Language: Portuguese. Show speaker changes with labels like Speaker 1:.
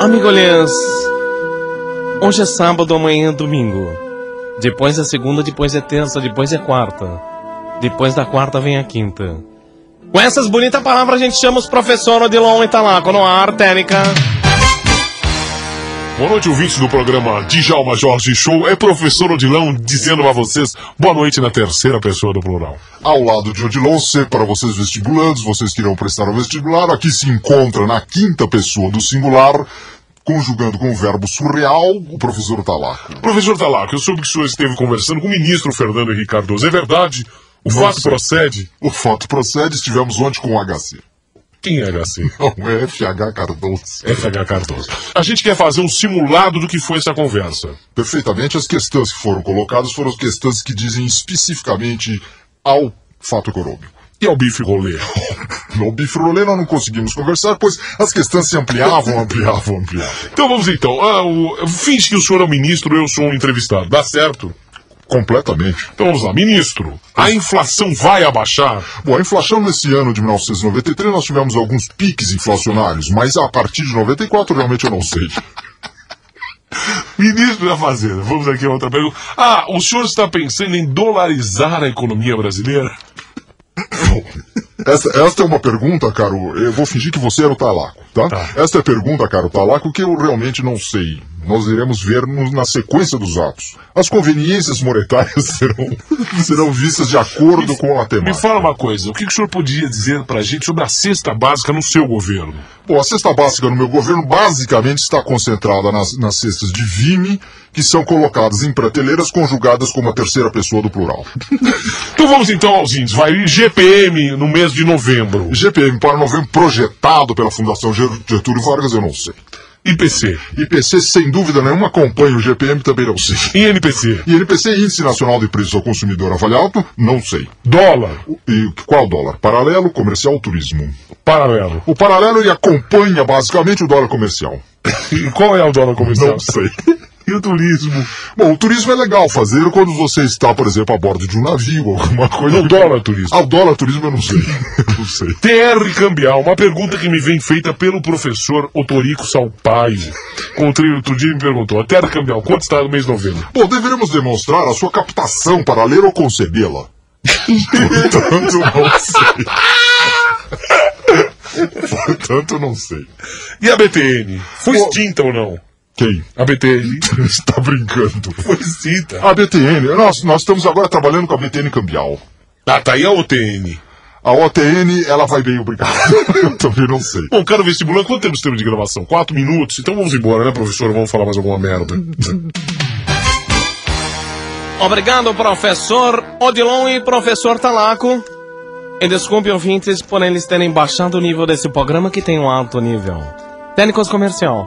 Speaker 1: Amigolhãs, hoje é sábado, amanhã é domingo. Depois é segunda, depois é terça, depois é quarta. Depois da quarta vem a quinta. Com essas bonitas palavras a gente chama os professor Odilon Italaco no ar, técnica.
Speaker 2: Boa noite, ouvintes do programa Djalma Jorge Show. É professor Odilon dizendo a vocês boa noite na terceira pessoa do plural.
Speaker 3: Ao lado de Odilon C, para vocês vestibulantes, vocês que irão prestar o vestibular, aqui se encontra na quinta pessoa do singular, conjugando com o verbo surreal, o professor tá Talaco.
Speaker 2: Professor Talaco, eu soube que o senhor esteve conversando com o ministro Fernando Henrique Cardoso. É verdade? O
Speaker 3: Não
Speaker 2: fato
Speaker 3: sei.
Speaker 2: procede?
Speaker 3: O fato procede, estivemos ontem com o HC.
Speaker 2: Quem é HC?
Speaker 3: Não é FH Cardoso.
Speaker 2: FH Cardoso. A gente quer fazer um simulado do que foi essa conversa.
Speaker 3: Perfeitamente, as questões que foram colocadas foram as questões que dizem especificamente ao fato econômico.
Speaker 2: E ao bife rolê?
Speaker 3: No bifrolê nós não conseguimos conversar, pois as questões se ampliavam, ampliavam, ampliavam.
Speaker 2: Então vamos então. Ah, o... Finge que o senhor é o ministro, eu sou um entrevistado. Dá certo?
Speaker 3: Completamente.
Speaker 2: Então vamos lá. Ministro, a inflação vai abaixar?
Speaker 3: Bom, a inflação nesse ano de 1993 nós tivemos alguns piques inflacionários, mas a partir de 94 realmente eu não sei.
Speaker 2: Ministro da Fazenda, vamos aqui a outra pergunta. Ah, o senhor está pensando em dolarizar a economia brasileira?
Speaker 3: Esta, esta é uma pergunta, caro. Eu vou fingir que você era o Talaco, tá? Esta é a pergunta, caro Talaco, que eu realmente não sei. Nós iremos ver no- na sequência dos atos. As conveniências monetárias serão, serão vistas de acordo com a
Speaker 2: Me
Speaker 3: temática.
Speaker 2: fala uma coisa, o que que o senhor podia dizer pra gente sobre a cesta básica no seu governo?
Speaker 3: Bom, a cesta básica no meu governo basicamente está concentrada nas, nas cestas de vime, que são colocadas em prateleiras conjugadas como a terceira pessoa do plural.
Speaker 2: Então vamos então aos índios, vai vir GPM no mês de novembro,
Speaker 3: GPM para novembro projetado pela Fundação Ger- Getúlio Vargas, eu não sei.
Speaker 2: IPC,
Speaker 3: IPC, sem dúvida nenhuma, acompanha o GPM, também não sei.
Speaker 2: INPC,
Speaker 3: E NPC, Índice Nacional de Preços ao Consumidor avaliado, não sei.
Speaker 2: dólar,
Speaker 3: E qual dólar? Paralelo, comercial, turismo.
Speaker 2: paralelo.
Speaker 3: O paralelo ele acompanha basicamente o dólar comercial.
Speaker 2: E qual é o dólar comercial?
Speaker 3: Não sei.
Speaker 2: E o turismo?
Speaker 3: Bom, o turismo é legal fazer quando você está, por exemplo, a bordo de um navio ou alguma coisa.
Speaker 2: O dólar é turismo.
Speaker 3: Ah, o dólar turismo eu não sei. não sei.
Speaker 2: TR Cambial, uma pergunta que me vem feita pelo professor Otorico Salpaio. Encontrei outro dia e me perguntou: a TR Cambial, quanto está no mês de novembro?
Speaker 3: Bom, deveremos demonstrar a sua captação para ler ou concebê-la. Portanto, não sei. Portanto, não sei.
Speaker 2: E a BTN? Foi
Speaker 3: Pô.
Speaker 2: extinta ou não?
Speaker 3: Quem?
Speaker 2: A BTN
Speaker 3: está brincando.
Speaker 2: foi extinta.
Speaker 3: A BTN, nós, nós estamos agora trabalhando com a BTN Cambial.
Speaker 2: Ah, tá aí a OTN.
Speaker 3: A OTN, ela vai bem, obrigado. Eu também não sei.
Speaker 2: Bom, cara, vestibular, quanto temos tempo de gravação? Quatro minutos? Então vamos embora, né, professor? Vamos falar mais alguma merda.
Speaker 1: Obrigado, professor Odilon e professor Talaco. E desculpe, ouvintes, por eles terem baixado o nível desse programa que tem um alto nível. Técnicos Comercial.